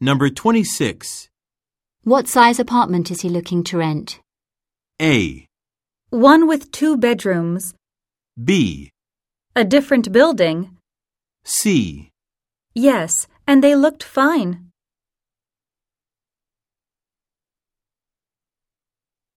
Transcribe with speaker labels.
Speaker 1: Number 26.
Speaker 2: What size apartment is he looking to rent?
Speaker 1: A.
Speaker 3: One with two bedrooms,
Speaker 1: B.
Speaker 3: a different building.
Speaker 1: C.
Speaker 3: Yes, and they looked fine.